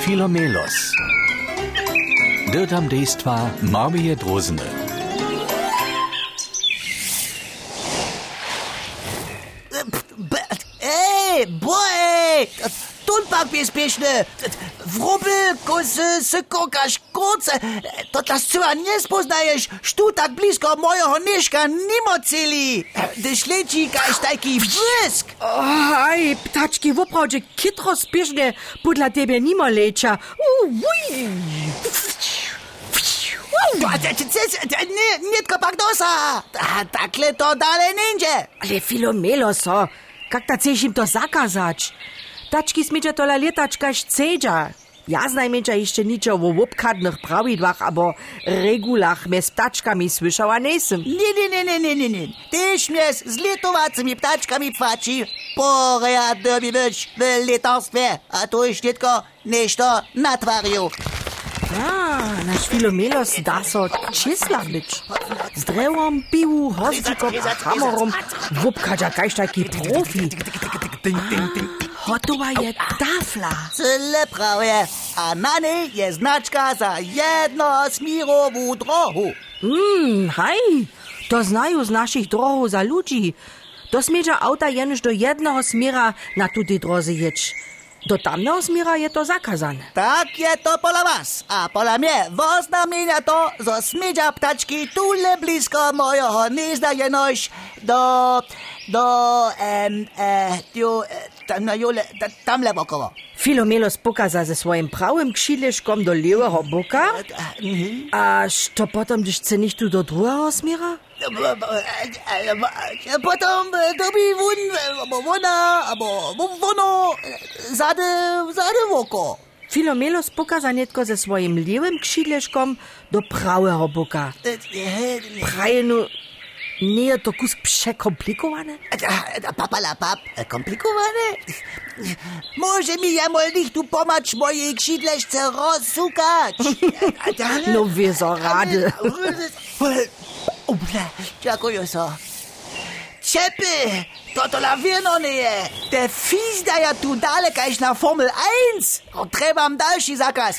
Filomelos. Dirtam dejstva Marmije Drozene. Ej, boj! Tunpak bezpieczny! Wróby, kusy, sykokasz, kurce! To ta syła nie spoznajesz, sztu tak blisko mojego mieszka nimo celi! Gdyż leci kaś taki błysk! Aj, ptački, opravdu kitro spišne, podla tebe nima leča. Uj, Nie, nie tylko pagdosa! Takle to dalej nindzie! ale filomelo so, kak ta ceš jim to zakazač? Tački smeče tola letačka šceđa. Jaz najmanjša išče ničo v obkadnih pravidlah, abo regulah med ptačkami slišala nisem. Nie, nie, nie, nie, nie, nie, nie. Tyś mnie z litowacymi ptaczkami płaci. Pora dobi być w litowstwie, a tu już tylko nieco na twariu. Ja, naš filomelos da so česla bič. Z drevom, pivu, hozdikom, hamorom, vupkača kajštaki profi. Hotova je tafla. Tyle prawie, a na niej jest znaczka za jedno smirową drohu. Mm, haj, to znajo z naših drohov za ljudi. To smeđa avta jeniš do jednoho smira na tudi drozi ječ. Do tamnega smira je to zakazane. Tak je to pola was, a pola mnie oznamienia to, że smidzia ptaczki tyle blisko mojego nieznajomość do... do... em, e, tiu, e, tam na jule, ta- tam lewo koło. Filomelos pokaza ze svojim pravim kšileškom do levega boka. A što potem, když se niš tu do drugega smira? Potem dobi wun, albo wona, albo wono, zady, zady w oko. Filomelos pokaza netko ze svojim levim kšileškom do pravega boka. Eh, Prajenu, ne je to kus prekomplikovane? Papala pap, komplikowane? Może mi jamolnik tu pomacz mojej krzydleszce rozsukać. No, wie so rady. Dziękuję so. Ciepy, to to lawino nie je. Te fizda ja tu daleka iść na Formel 1. Trebam dalszy zakaz.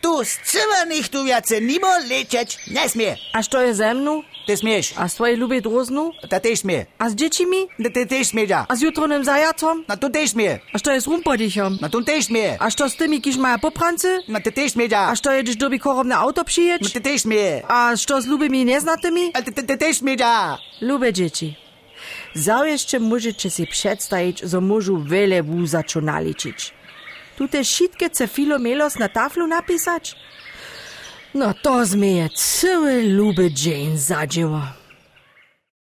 Tu z cymernych tu więcej nimo lecieć nie smie. A što je ze mnou? Ty smiesz, A svoje ljube droznu? ta też smie. A s dečimi? Ty- Ty też smie, ja. A s jutrovnim zajacom? Na tu też smie. A što je s rumpodichom? Na tu też smie. A što s tými, kiž maja popranci? Na ty też smie, ja. A što je, když dobi korom na auto přiječ? Na No ty też smie. A što s ljubimi neznatými? A ty- ty ty też smie, ja. Ljube dječi, zauješće možete si predstavić, za možu vele vuza čonaličić. Tute šitke se filomelos na taflu napisač? No to zmeje cele ljube Jane zadživo.